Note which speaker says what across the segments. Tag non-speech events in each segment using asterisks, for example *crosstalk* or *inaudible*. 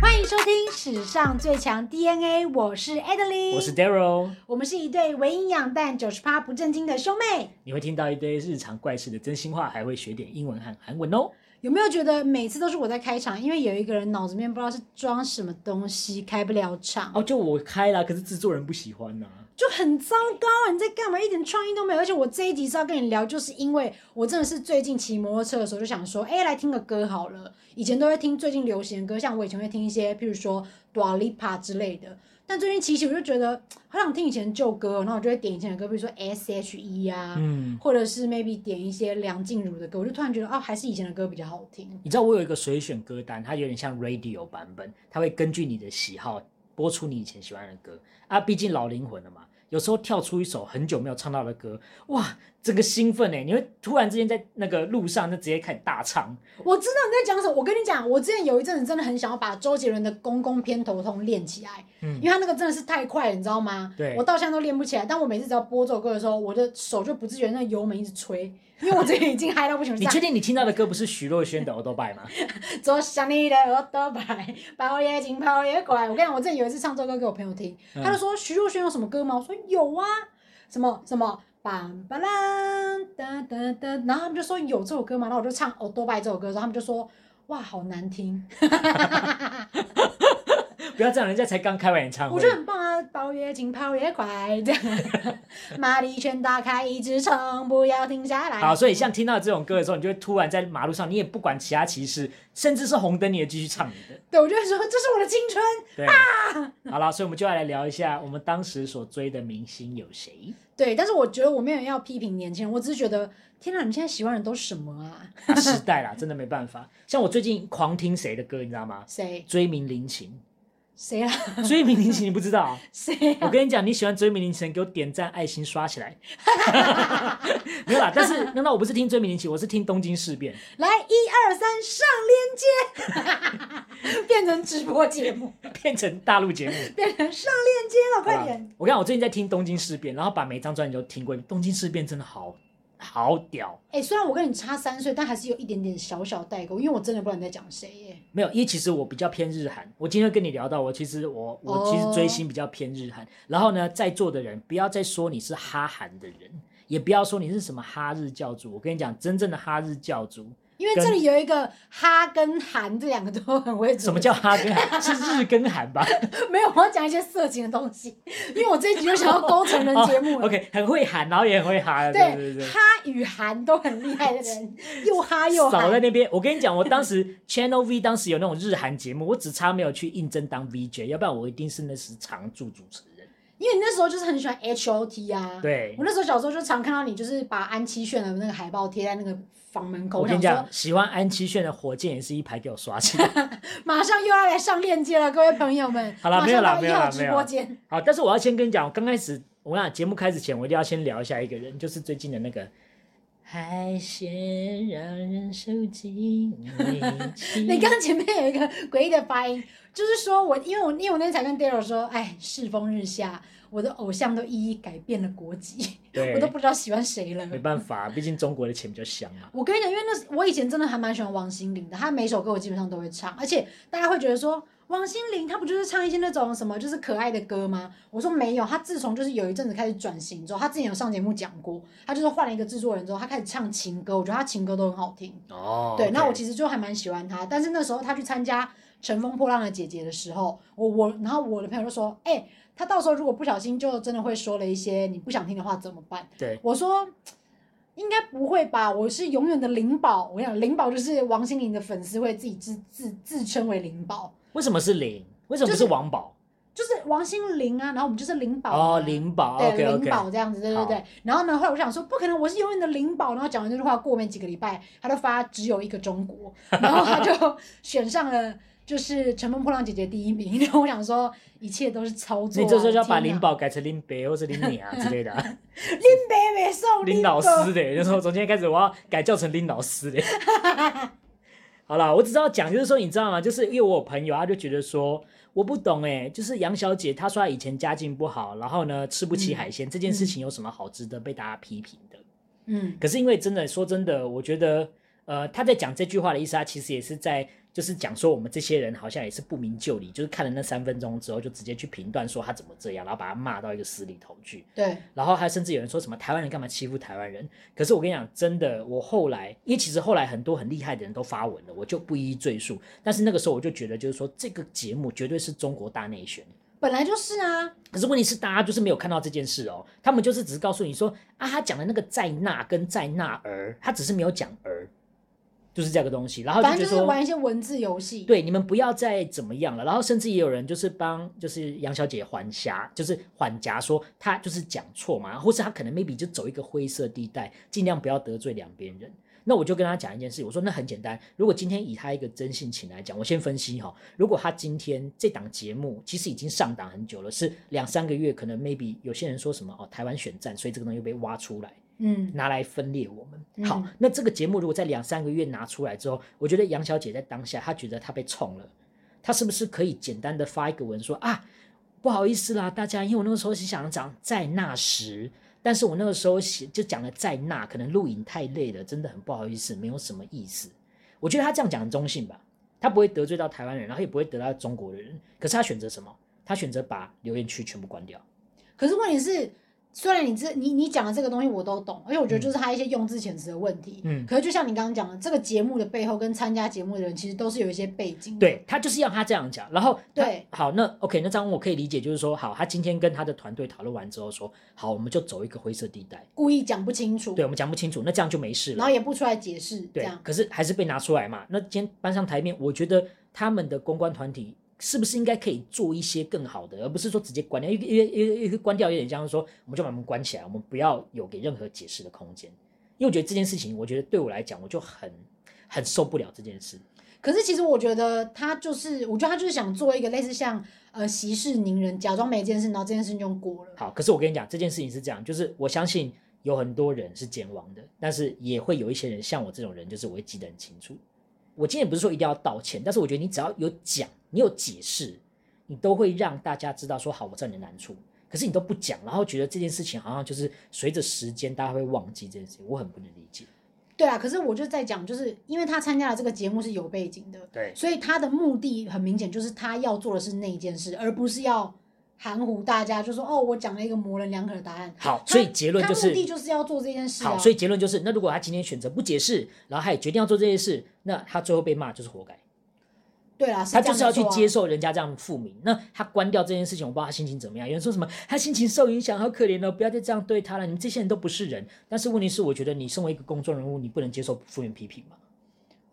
Speaker 1: 欢迎收听史上最强 DNA，我是 Adeline，
Speaker 2: 我是 Daryl，
Speaker 1: 我们是一对唯营养但九十八不正经的兄妹。
Speaker 2: 你会听到一堆日常怪事的真心话，还会学点英文和韩文哦。
Speaker 1: 有没有觉得每次都是我在开场？因为有一个人脑子里面不知道是装什么东西，开不了场，
Speaker 2: 哦，就我开啦，可是制作人不喜欢呐、
Speaker 1: 就很糟糕啊！你在干嘛？一点创意都没有。而且我这一集是要跟你聊，就是因为我真的是最近骑摩托车的时候就想说，哎、来听个歌好了。以前都会听最近流行的歌，像我以前会听一些，譬如说 Dua Lipa 之类的。但最近骑骑，我就觉得好想听以前的旧歌哦，然后我就会点以前的歌，比如说 S.H.E 啊，
Speaker 2: 嗯，
Speaker 1: 或者是 maybe 点一些梁静茹的歌，我就突然觉得哦，还是以前的歌比较好听。
Speaker 2: 你知道我有一个随选歌单，它有点像 radio 版本，它会根据你的喜好播出你以前喜欢的歌啊。毕竟老灵魂了嘛，有时候跳出一首很久没有唱到的歌，哇，整个兴奋哎！你会突然之间在那个路上就直接开始大唱，
Speaker 1: 我知道你在讲什么，我跟你讲，我之前有一阵子真的很想要把周杰伦的《公公偏头痛》练起来，
Speaker 2: 嗯
Speaker 1: 因为他那个真的是太快了，你知道吗？
Speaker 2: 对
Speaker 1: 我到现在都练不起来。但我每次只要播这首歌的时候，我的手就不自觉地那油门一直吹，因为我这里已经嗨到不行，我就
Speaker 2: 你
Speaker 1: 这样
Speaker 2: 确定你听到的歌不是徐若瑄的《Old Bye》吗？
Speaker 1: 坐上你的奥多牌，跑也近，跑也快。我跟你讲，我之前有一次唱这首歌给我朋友听，
Speaker 2: 嗯
Speaker 1: 他就说徐若瑄有什么歌吗？我说有啊，什么什么。梆梆啦，哒哒哒，然后他们就说有这首歌吗？然后我就唱《哦多拜》这首歌，然后他们就说哇，好难听。
Speaker 2: 不要这样，人家才刚开完演唱会。
Speaker 1: 我觉得很棒啊，跑越近跑越快，这样。
Speaker 2: *laughs*
Speaker 1: 马力全打开，一直冲，不要停下来。
Speaker 2: 好，所以像听到这种歌的时候，你就会突然在马路上，你也不管其他骑士，甚至是红灯，你也继续唱你的。
Speaker 1: 对，我就会说这是我的青春。
Speaker 2: 对，好了，所以我们就要来聊一下我们当时所追的明星有谁、
Speaker 1: 对，但是我觉得我没有要批评年轻人，我只是觉得天哪，你们现在喜欢的都什么啊？
Speaker 2: 啊时代啦，真的没办法。像我最近狂听谁的歌，你知道吗？
Speaker 1: 谁
Speaker 2: 追名林琴，
Speaker 1: 谁啊？ *laughs*
Speaker 2: 追名林琴你不知道啊、
Speaker 1: 谁
Speaker 2: 我
Speaker 1: 啊？
Speaker 2: 跟你讲，你喜欢追名林琴，给我点赞、爱心刷起来。 *laughs* 没有啦，但是难道我不是听追名林琴，我是听东京事变。
Speaker 1: 来，一二三，上链接， *laughs* 变成直播节目，
Speaker 2: 变成大陆节目。
Speaker 1: 变成上链接了，快点！
Speaker 2: 我跟你讲，我最近在听《东京事变》，然后把每一张专辑都听过。《东京事变》真的好好屌，
Speaker 1: 哎、虽然我跟你差三岁，但还是有一点点小小代沟，因为我真的不知道你在讲谁耶。
Speaker 2: 没有，因为其实我比较偏日韩。我今天跟你聊到，我其实我
Speaker 1: 哦
Speaker 2: 我其实追星比较偏日韩。然后呢，在座的人不要再说你是哈韩的人，也不要说你是什么哈日教主。我跟你讲，真正的哈日教
Speaker 1: *laughs*
Speaker 2: 主，
Speaker 1: 因为
Speaker 2: 跟
Speaker 1: 这里有一个哈跟韩这两个都很会组
Speaker 2: 什么叫哈跟韩？是日跟韩吧？
Speaker 1: 没有，我要讲一些色情的东西， *laughs* 因为我这一集就想要勾成人节目了。
Speaker 2: 哦 *laughs* OK，很会韩，然后也很会哈。对对
Speaker 1: 对
Speaker 2: 对。
Speaker 1: 哈与韩都很厉害的人，又哈又
Speaker 2: 少在
Speaker 1: 韩。
Speaker 2: 那边。我跟你讲，我当时 *laughs* Channel V 当时有那种日韩节目，我只差没有去应征当 VJ，要不然我一定是那时常驻主持人。
Speaker 1: 因为你那时候就是很喜欢 H O T 啊。。
Speaker 2: 对
Speaker 1: 我，那时候小时候就常看到你，就是把安七炫的那个海报贴在那个房门口。
Speaker 2: 我跟你
Speaker 1: 想说
Speaker 2: 讲，，喜欢安七炫的火箭也是一排给我刷起来。
Speaker 1: 马上又要来上链接了，各位朋友们。
Speaker 2: 好啦
Speaker 1: 马
Speaker 2: 没有
Speaker 1: 上
Speaker 2: 啦
Speaker 1: 到
Speaker 2: 没
Speaker 1: 一
Speaker 2: 有啦
Speaker 1: 号直
Speaker 2: 没有
Speaker 1: 播
Speaker 2: 啦
Speaker 1: 间。
Speaker 2: 好，但是我要先跟你讲，我刚开始，我跟你讲，节目开始前，我一定要先聊一下一个人，就是最近的那个。海鲜让人受尽委屈。
Speaker 1: *laughs*
Speaker 2: *laughs*
Speaker 1: 你刚刚前面有一个诡异的发音，就是说我因为我因为我那天才跟 Daryl 说，哎，世风日下，我的偶像都一一改变了国籍，
Speaker 2: 对
Speaker 1: 我都不知道喜欢谁了。
Speaker 2: 没办法，毕竟中国的钱比较香嘛。
Speaker 1: 我跟你讲，因为那时我以前真的还蛮喜欢王心凌的，她每首歌我基本上都会唱，而且大家会觉得说王心凌她不就是唱一些那种什么就是可爱的歌吗？我说没有，她自从就是有一阵子开始转型之后，她之前有上节目讲过，她就是换了一个制作人之后，她开始唱情歌，我觉得她情歌都很好听。
Speaker 2: 哦
Speaker 1: 对，那我其
Speaker 2: 实
Speaker 1: 实就还蛮喜欢她，但是那时候她去参加《乘风破浪的姐姐》的时候，我我然后我的朋友就说，哎、她到时候如果不小心就真的会说了一些你不想听的话怎么办？
Speaker 2: 对
Speaker 1: 我说应该不会吧，我是永远的灵宝。我跟你讲，灵宝就是王心凌的粉丝会自己自自自称为灵宝，
Speaker 2: 为什么是零？为什么不是王宝？
Speaker 1: 就是王心凌啊，然后我们就是灵宝、啊、
Speaker 2: 哦，。灵宝
Speaker 1: 对
Speaker 2: ，OK
Speaker 1: 灵
Speaker 2: OK，
Speaker 1: 宝这样子，对对
Speaker 2: 好
Speaker 1: 对。然后呢，后来我想说，不可能，我是永远的灵宝。然后讲完这句话，过没几个礼拜，他就发只有一个中
Speaker 2: *laughs*
Speaker 1: 国，然后他就选上了，就是《乘风破浪姐姐》第一名。然后我想说，一切都是操作、啊。
Speaker 2: 你这时候就要把
Speaker 1: 天哪
Speaker 2: 林宝改成林北或是林你
Speaker 1: *laughs*
Speaker 2: 啊之类的啊、
Speaker 1: 林北北送
Speaker 2: 林
Speaker 1: 宝
Speaker 2: 老师的，就说从今天开始我要改叫成林老师的。 *laughs* 好啦，我只知道讲，就是说你知道吗？就是因为我有朋友，他就觉得说我不懂哎、就是杨小姐她说她以前家境不好，然后呢吃不起
Speaker 1: 嗯
Speaker 2: 海鲜、这件事情有什么好值得被大家批评的？
Speaker 1: 嗯
Speaker 2: 可是因为真的说真的，我觉得呃他在讲这句话的意思，他其实也是在就是讲说我们这些人好像也是不明就里，就是看了那三分钟之后就直接去评断说他怎么这样，然后把他骂到一个死里头去。
Speaker 1: 对，
Speaker 2: 然后还甚至有人说什么台湾人干嘛欺负台湾人？可是我跟你讲，真的，我后来因为其实后来很多很厉害的人都发文了，我就不一一赘述。但是那个时候我就觉得，就是说这个节目绝对是中国大内宣。
Speaker 1: 本来就是啊，
Speaker 2: 可是问题是，大家就是没有看到这件事哦，他们就是只是告诉你说啊，他讲的那个在那跟在那儿，他只是没有讲儿，就是这个东西。然后
Speaker 1: 反
Speaker 2: 就
Speaker 1: 正
Speaker 2: 觉
Speaker 1: 就
Speaker 2: 得
Speaker 1: 是
Speaker 2: 说。
Speaker 1: 玩一些文字游戏。
Speaker 2: 对，你们不要再怎么样了。然后甚至也有人就是帮就是杨小姐还瑕，就是缓颊说她就是讲错嘛，或是她可能 maybe 就走一个灰色地带，尽量不要得罪两边人。那我就跟她讲一件事，我说那很简单，如果今天以她一个真性情来讲，我先分析哈、如果她今天这档节目其实已经上档很久了，是两三个月，可能 maybe 有些人说什么哦台湾选战，所以这个东西被挖出来，
Speaker 1: 嗯，
Speaker 2: 拿来分裂我们。
Speaker 1: 嗯
Speaker 2: 好，那这个节目如果在两三个月拿出来之后，我觉得杨小姐在当下她觉得她被冲了，她是不是可以简单的发一个文说啊，不好意思啦，大家，因为我那个时候是想讲在那时。但是我那个时候写就讲了在那，可能录影太累了，真的很不好意思，没有什么意思。我觉得她这样讲很中性吧，她不会得罪到台湾人，然后也不会得罪到中国的人。可是她选择什么？她选择把留言区全部关掉。
Speaker 1: 可是问题是，虽然你这你你讲的这个东西我都懂，而且我觉得就是他一些用字遣词的问题。
Speaker 2: 嗯
Speaker 1: 可是就像你刚刚讲的，这个节目的背后跟参加节目的人其实都是有一些背景。，
Speaker 2: 对他就是要他这样讲，然后他
Speaker 1: 对，
Speaker 2: 好，那 OK，那这样我可以理解，就是说，好，他今天跟他的团队讨论完之后说，好，我们就走一个灰色地带，
Speaker 1: 故意讲不清楚，
Speaker 2: 对我们讲不清楚，那这样就没事
Speaker 1: 然后
Speaker 2: 了。
Speaker 1: 也不出来解释，这
Speaker 2: 对
Speaker 1: 样，。
Speaker 2: 可是还是被拿出来嘛。那今天搬上台面，我觉得他们的公关团体是不是应该可以做一些更好的，而不是说直接关掉，因为因为因为因为关掉有点像是说，我们就把门关起来，我们不要有给任何解释的空间。因为我觉得这件事情，我觉得对我来讲，我就很很受不了这件事。
Speaker 1: 可是其实我觉得他就是，我觉得他就是想做一个类似像呃息事宁人，假装没这件事，然后这件事情就过了。
Speaker 2: 好，可是我跟你讲，这件事情是这样，就是我相信有很多人是健忘的，但是也会有一些人像我这种人，就是我会记得很清楚。我今天也不是说一定要道歉，但是我觉得你只要有讲，你有解释，你都会让大家知道说好，我知道你的难处。可是你都不讲，然后觉得这件事情好像就是随着时间大家会忘记这件事情，我很不能理解。
Speaker 1: 对啊，可是我就在讲，就是因为他参加了这个节目是有背景的，
Speaker 2: 对
Speaker 1: 所以他的目的很明显，就是他要做的是那一件事，而不是要含糊大家，就说哦，我讲了一个模棱两可的答案。
Speaker 2: 好，
Speaker 1: 他
Speaker 2: 所以结论就
Speaker 1: 他
Speaker 2: 是
Speaker 1: 目的就是要做这件事、啊。
Speaker 2: 好，所
Speaker 1: 以
Speaker 2: 以结论就是，那如果他今天选择不解释，然后他也决定要做这件事，那他最后被骂就是活该。
Speaker 1: 对啊啦，
Speaker 2: 他就是要去接
Speaker 1: 受。
Speaker 2: 受人家这样复明。那他关掉这件事情，我不知道他心情怎么样。有人说什么他心情受影响，好可怜哦，不要再这样对他了。你们这些人都不是人。但是问题是，我觉得你身为一个公众人物，你不能接受负面批评
Speaker 1: 嗯
Speaker 2: 嘛，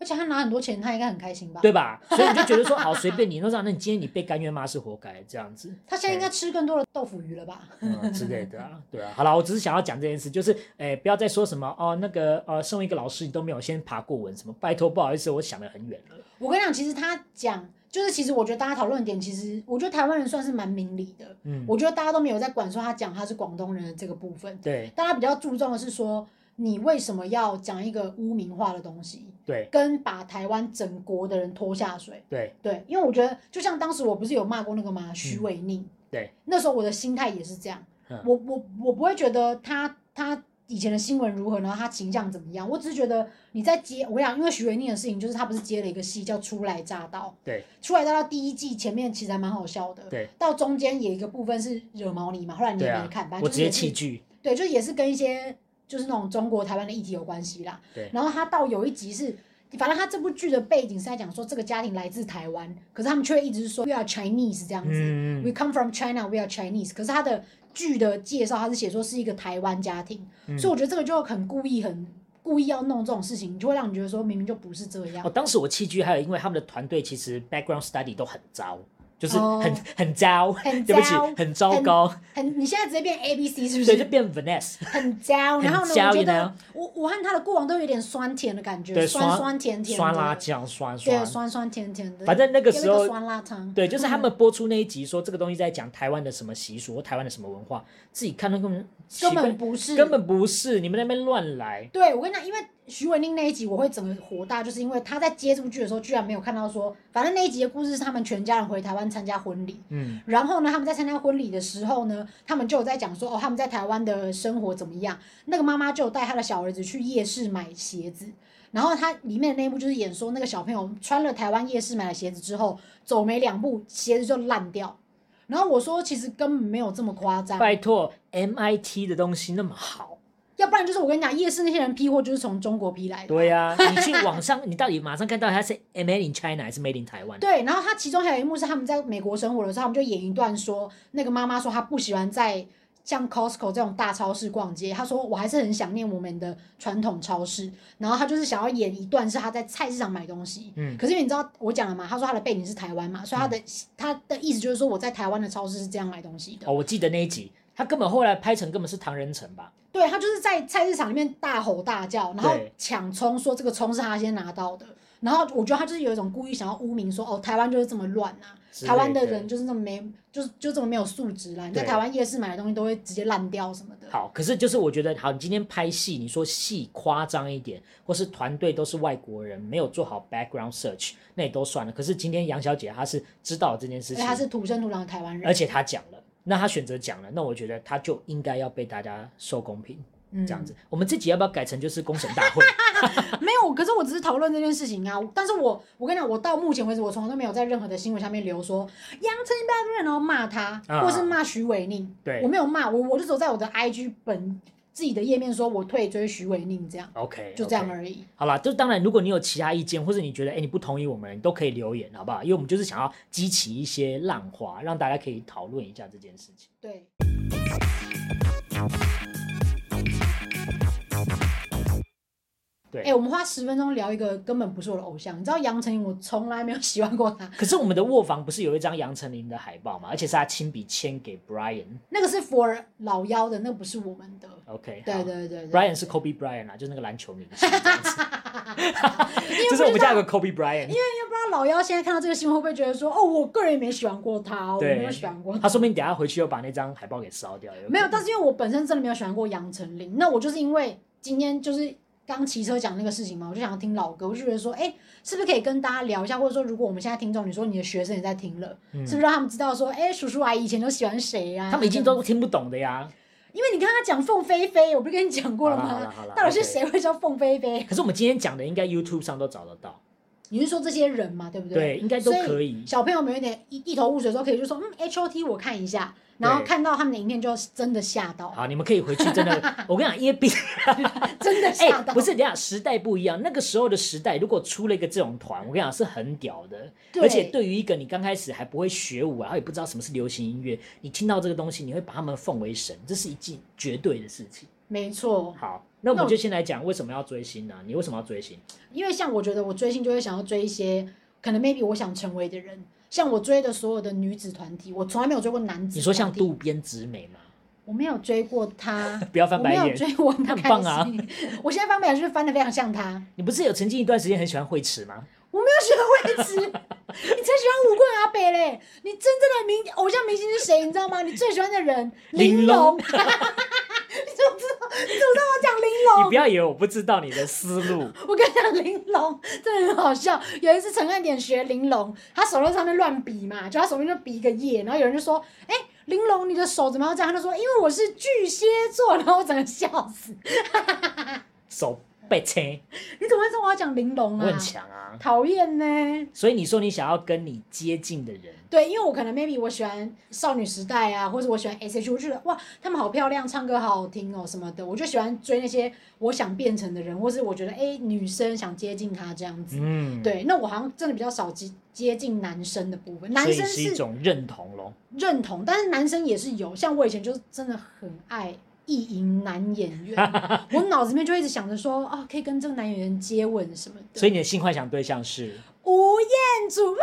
Speaker 1: 而且他拿很多钱，他应该很开心吧？
Speaker 2: 对吧？所以你就觉得说， *laughs* 好随便你，那这样，那你今天你被甘愿骂是活该这样子。
Speaker 1: 他现在应该吃更多的豆腐鱼了吧？
Speaker 2: 嗯之类的啊，对啊。好了，我只是想要讲这件事，就是诶、不要再说什么哦，那个呃，身为一个老师，你都没有先爬过文什么，拜托，不好意思，我想得很远了。
Speaker 1: 我跟你讲，其实他讲，就是其实我觉得大家讨论的点，其实我觉得台湾人算是蛮明理的。
Speaker 2: 嗯，
Speaker 1: 我觉得大家都没有在管说他讲他是广东人的这个部分，
Speaker 2: 对
Speaker 1: 大家比较注重的是说你为什么要讲一个污名化的东西，
Speaker 2: 对
Speaker 1: 跟把台湾整国的人拖下水。
Speaker 2: 对
Speaker 1: 对，因为我觉得就像当时我不是有骂过那个吗？徐伟宁，
Speaker 2: 对，
Speaker 1: 那时候我的心态也是这样，
Speaker 2: 嗯
Speaker 1: 我我我不会觉得他他。以前的新闻如何，然后他形象怎么样？我只是觉得你在接，我跟你讲，因为徐伟宁的事情，就是他不是接了一个戏叫《初来乍到》，
Speaker 2: 对
Speaker 1: 初来大到第一季前面其实还蛮好笑的，
Speaker 2: 对，
Speaker 1: 到中间有一个部分是惹毛你嘛，后来你
Speaker 2: 对
Speaker 1: 也没
Speaker 2: 啊
Speaker 1: 看，反，
Speaker 2: 我
Speaker 1: 正就是
Speaker 2: 直接
Speaker 1: 也
Speaker 2: 弃
Speaker 1: 是
Speaker 2: 剧。
Speaker 1: 对，就是也是跟一些就是那种中国台湾的议题有关系啦。
Speaker 2: 对
Speaker 1: 然后他到有一集是，反正他这部剧的背景是在讲说这个家庭来自台湾，可是他们却一直说 we are Chinese 这样子、
Speaker 2: 嗯
Speaker 1: w e come from China, we are Chinese。可是他的剧的介绍，他是写说是一个台湾家庭，
Speaker 2: 嗯
Speaker 1: 所以我觉得这个就很故意很。故意要弄这种事情，就会让你觉得说明明就不是这样
Speaker 2: 哦哦，。当时我弃剧，还有因为他们的团队其实 background study 都很糟，就是
Speaker 1: 哦
Speaker 2: 很很糟，
Speaker 1: 很
Speaker 2: *laughs* 对不起
Speaker 1: 糟，
Speaker 2: 很糟糕，
Speaker 1: 很，你现在直接变 A B
Speaker 2: *laughs*
Speaker 1: C 是不？
Speaker 2: 对，就是变 Vanessa。
Speaker 1: 很焦，然后呢，
Speaker 2: 很焦
Speaker 1: 我觉
Speaker 2: you know
Speaker 1: 得我我和他的过往都有点酸甜的感觉，
Speaker 2: 对
Speaker 1: 酸
Speaker 2: 酸
Speaker 1: 酸甜甜的，
Speaker 2: 酸辣酱，酸
Speaker 1: 对，
Speaker 2: 酸。
Speaker 1: 酸酸甜甜的。
Speaker 2: 反正那个
Speaker 1: 跟
Speaker 2: 时候
Speaker 1: 酸辣汤，嗯
Speaker 2: 对，就是他们播出那一集说这个东西在讲台湾的什么习俗，或台湾的什么文化，自己看那根本奇
Speaker 1: 根
Speaker 2: 怪
Speaker 1: 本不是，
Speaker 2: 根本不是，你们在那边乱来。
Speaker 1: 对，我跟你讲，因为徐文宁那一集我会整个火大，就是因为他在接这部剧的时候，居然没有看到说，反正那一集的故事是他们全家人回台湾参加婚礼，
Speaker 2: 嗯，
Speaker 1: 然后呢，他们在参加婚礼的时候呢，他们就有在讲说，哦，他们在台湾的生活怎么样？那个妈妈就有带她的小儿子去夜市买鞋子，然后它里面的那一幕就是演说那个小朋友穿了台湾夜市买的鞋子之后，走没两步鞋子就烂掉。然后我说，其实根本没有这么夸张，
Speaker 2: *laughs* 拜托，MIT 的东西那么好，
Speaker 1: 要不然就是我跟你讲，夜市那些人批货就是从中国批来的。
Speaker 2: 对呀、你去网上，你到底马上看到它是 Made E in China 还是 Made in 台湾？
Speaker 1: 对，然后他其中还有一幕是他们在美国生活的时候，他们就演一段说，那个妈妈说她不喜欢在像 Costco 这种大超市逛街，她说我还是很想念我们的传统超市。然后她就是想要演一段是她在菜市场买东西。
Speaker 2: 嗯
Speaker 1: 可是因为你知道我讲了嘛，她说她的背景是台湾嘛，所以她的、她的意思就是说我在台湾的超市是这样买东西的。
Speaker 2: 哦，我记得那一集，他根本后来拍成根本是唐人城吧？
Speaker 1: 对，她就是在菜市场里面大吼大叫，然后
Speaker 2: 对
Speaker 1: 抢葱，说这个葱是她先拿到的。然后我觉得她就是有一种故意想要污名说，哦，台湾就是这么乱啊。
Speaker 2: 之
Speaker 1: 台湾
Speaker 2: 类
Speaker 1: 的人就是这么没，就是就这么没有素质啦！你在
Speaker 2: 对
Speaker 1: 台湾夜市买的东西都会直接烂掉什么的。
Speaker 2: 好，可是就是我觉得，好，你今天拍戏，你说戏夸张一点，或是团队都是外国人，没有做好 background search，那也都算了。可是今天杨小姐她是知道这件事
Speaker 1: 而
Speaker 2: 情，
Speaker 1: 且他哎是土生土长的台湾人，
Speaker 2: 而且她讲了，那她选择讲了，那我觉得她就应该要被大家受公平
Speaker 1: 嗯
Speaker 2: 这样子。我们自己要不要改成就是公审
Speaker 1: *laughs*
Speaker 2: 大会？
Speaker 1: 没有。可是我只是讨论这件事情啊。但是我我跟你讲，我到目前为止，我从来都没有在任何的新闻下面留说杨丞琳大队，然后骂他，
Speaker 2: 啊
Speaker 1: 或是骂徐伟宁。
Speaker 2: 对
Speaker 1: 我没有骂我，我就只有在我的 IG 本自己的页面说我退追徐伟宁这样，
Speaker 2: OK，
Speaker 1: 就这样
Speaker 2: OK
Speaker 1: 而已。
Speaker 2: 好啦，就当然，如果你有其他意见，或者你觉得哎、诶你不同意我们，你都可以留言，好不好？因为我们就是想要激起一些浪花，让大家可以讨论一下这件事情。
Speaker 1: 对，
Speaker 2: 对，
Speaker 1: 哎、我们花十分钟聊一个根本不是我的偶像，你知道杨丞琳，我从来没有喜欢过他，
Speaker 2: 可是我们的卧房不是有一张杨丞琳的海报嘛，而且是他亲笔签给 Brian。
Speaker 1: 那个是 for 老妖的，那个不是我们的。
Speaker 2: OK，
Speaker 1: 对
Speaker 2: 好
Speaker 1: 对对对
Speaker 2: Brian 是 Kobe Bryant 啦，就是那个篮球明星，这样子
Speaker 1: 因为
Speaker 2: 就是我
Speaker 1: 不知
Speaker 2: 们
Speaker 1: 道
Speaker 2: 家有个 Kobe Bryant，
Speaker 1: 不知道老妖现在看到这个新闻会不会觉得说，哦，我个人也没喜欢过他，我
Speaker 2: 对
Speaker 1: 没有喜欢过他。
Speaker 2: 他说不定等一下回去又把那张海报给烧掉。有可能
Speaker 1: 没有，但是因为我本身真的没有喜欢过杨丞琳，那我就是因为今天就是刚骑车讲那个事情嘛，我就想要听老歌，我就觉得说，哎，是不是可以跟大家聊一下，或者说如果我们现在听众，你说你的学生也在听了，
Speaker 2: 嗯
Speaker 1: 是不是让他们知道说，哎，叔叔阿姨以前都喜欢谁呀、
Speaker 2: 他们已经，都听不懂的呀。
Speaker 1: 因为你看他讲凤飞飞，我不是跟你讲嗯过了
Speaker 2: 好啦好
Speaker 1: 吗
Speaker 2: 啦好啦？
Speaker 1: 到底是
Speaker 2: OK
Speaker 1: 谁会叫凤飞飞？
Speaker 2: 可是我们今天讲的应该 YouTube 上都找得到，
Speaker 1: 你是说这些人嘛，对不
Speaker 2: 对，应该都可以。
Speaker 1: 小朋友们有点一一头雾水的时候，可以就说嗯，H O T 我看一下，然后
Speaker 2: 对
Speaker 1: 看到他们的影片就真的吓到，
Speaker 2: 好，你们可以回去
Speaker 1: *laughs*
Speaker 2: 真的，我跟你讲，因为毕
Speaker 1: 真的
Speaker 2: 哎、
Speaker 1: 吓到。
Speaker 2: 不是，等一下时代不一样。那个时候的时代，如果出了一个这种团，我跟你讲是很屌的。
Speaker 1: 对
Speaker 2: 而且对于一个你刚开始还不会学舞啊，然后也不知道什么是流行音乐，你听到这个东西，你会把他们奉为神，这是一件绝对的事情。
Speaker 1: 没错，
Speaker 2: 好，那
Speaker 1: 那
Speaker 2: 我们
Speaker 1: 我
Speaker 2: 就先来讲为什么要追星呢、你为什么要追星？
Speaker 1: 因为像我觉得我追星就会想要追一些可能 maybe 我想成为的人，像我追的所有的女子团体，我从来没有追过男子。
Speaker 2: 你说像渡，边直美吗？
Speaker 1: 我没有追过他
Speaker 2: *laughs* ，不要翻白
Speaker 1: 我没有
Speaker 2: 眼，
Speaker 1: 追过
Speaker 2: 他
Speaker 1: 他，
Speaker 2: 很棒啊！
Speaker 1: 我现在翻白眼就是翻的非常像他，
Speaker 2: 你不是有曾经一段时间很喜欢惠池吗？
Speaker 1: 我没有喜欢魏慈。 *laughs* 你才喜欢舞棍阿北嘞！你真正的明偶像明星是谁？你知道吗？你最喜欢的人
Speaker 2: 玲
Speaker 1: 玲
Speaker 2: 珑
Speaker 1: 珑， *laughs* 你怎么知道？你怎么知道我讲玲珑
Speaker 2: 你？不要以为我不知道你的思路。
Speaker 1: 我跟你讲，玲珑真的很好笑。有一次陈汉典学玲珑，他手在上面乱比嘛，就他手边就比一个耶，然后有人就说：“哎、玲珑，你的手怎么要这样？”他就说：“因为我是巨蟹座。”然后我整个笑死。
Speaker 2: 手被切，
Speaker 1: 你怎么会说我要讲玲珑
Speaker 2: 我
Speaker 1: 啊
Speaker 2: 很？强啊。
Speaker 1: 讨厌呢。
Speaker 2: 所以你说你想要跟你接近的人，
Speaker 1: 对，因为我可能 maybe 我喜欢少女时代啊，或者我喜欢 S H，我就觉得哇，她们好漂亮，唱歌好好听哦什么的，我就喜欢追那些我想变成的人，或是我觉得哎、女生想接近她这样子。
Speaker 2: 嗯，
Speaker 1: 对，那我好像真的比较少接接近男生的部分，男
Speaker 2: 所以
Speaker 1: 生
Speaker 2: 是一
Speaker 1: 是
Speaker 2: 种认同咯。
Speaker 1: 认同，但是男生也是有，像我以前就是真的很爱意淫男演
Speaker 2: *laughs*
Speaker 1: 员，我脑子里面就一直想着说，哦，可以跟这个男演员接吻什么的，
Speaker 2: 所以你的性幻想对象是
Speaker 1: 吴彦祖，哇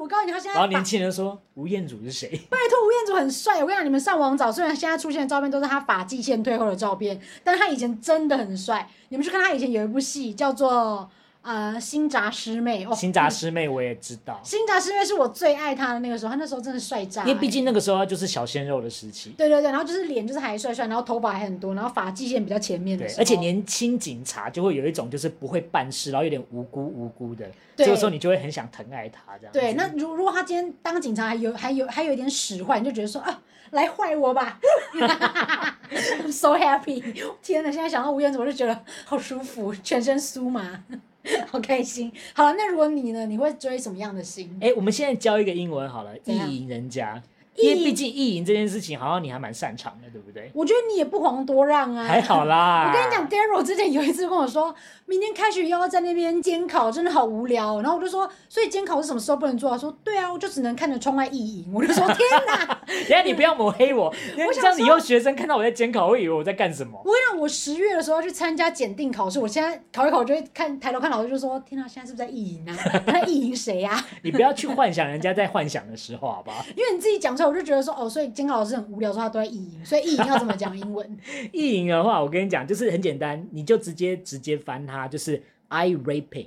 Speaker 1: 我告告诉你，他现在
Speaker 2: 然后
Speaker 1: 把
Speaker 2: 年轻人说吴彦祖是谁？
Speaker 1: 拜托，吴彦祖很帅，我跟你讲，你们上网找，虽然现在出现的照片都是他发际线退后的照片，但他以前真的很帅。你们去看他以前有一部戏叫做呃《新扎师妹》哦，
Speaker 2: *laughs* 新扎师妹我也知道，
Speaker 1: 新扎师妹 *laughs* 是我啊最爱他的那个时候，他那时候真的帅炸、欸
Speaker 2: 因为毕竟那个时候他就是小鲜肉的时期。
Speaker 1: 对对对，然后就是脸就是还帅帅，然后头发还很多，然后发际线比较前面的
Speaker 2: 对
Speaker 1: 时，候，
Speaker 2: 而且年轻警察就会有一种就是不会办事，然后有点无辜无辜的，
Speaker 1: 对
Speaker 2: 这个时候你就会很想疼爱他这样子。
Speaker 1: 对，那如如果他今天当警察还有还有还有一点使坏，你就觉得说啊，来坏我吧 *laughs* ，I'm so happy！天哪，现在想到吴彦祖，我就觉得好舒服，全身酥麻， *laughs* 好开心。好了，那如果你呢，你会追什么样的星？
Speaker 2: 哎、我们现在教一个英文好了，
Speaker 1: 怎
Speaker 2: 意
Speaker 1: 样
Speaker 2: 淫人家，
Speaker 1: 意
Speaker 2: 因为毕竟意淫这件事情好像你还蛮擅长的，对不对？
Speaker 1: 我觉得你也不遑多让啊。
Speaker 2: 还好啦。
Speaker 1: 我跟你讲，Daryl 之前有一次跟我说，明天开学又要在那边监考，真的好无聊哦。然后我就说，所以监考是什么时候不能做啊？他说对啊，我就只能看着窗外意淫。我
Speaker 2: *laughs*
Speaker 1: 就说天哪！
Speaker 2: 等一下你不要抹黑我，这样以后学生看到我在监考，会以为我在干什么。
Speaker 1: 我跟你讲，我十月的时候要去参加检定考试，我现在考一考就会看抬头看老师，就说：“天啊，现在是不是在意淫啊？ *laughs* 他在意淫谁呀、啊
Speaker 2: 你不要去幻想人家在幻想的时候，好不好？？”
Speaker 1: 因为你自己讲出来，我就觉得说：“哦，所以监考老师很无聊，说他都在意淫，所以意淫要怎么讲英文
Speaker 2: *laughs* 意淫的话，我跟你讲，就是很简单，你就直接直接翻它，就是 eye raping，eye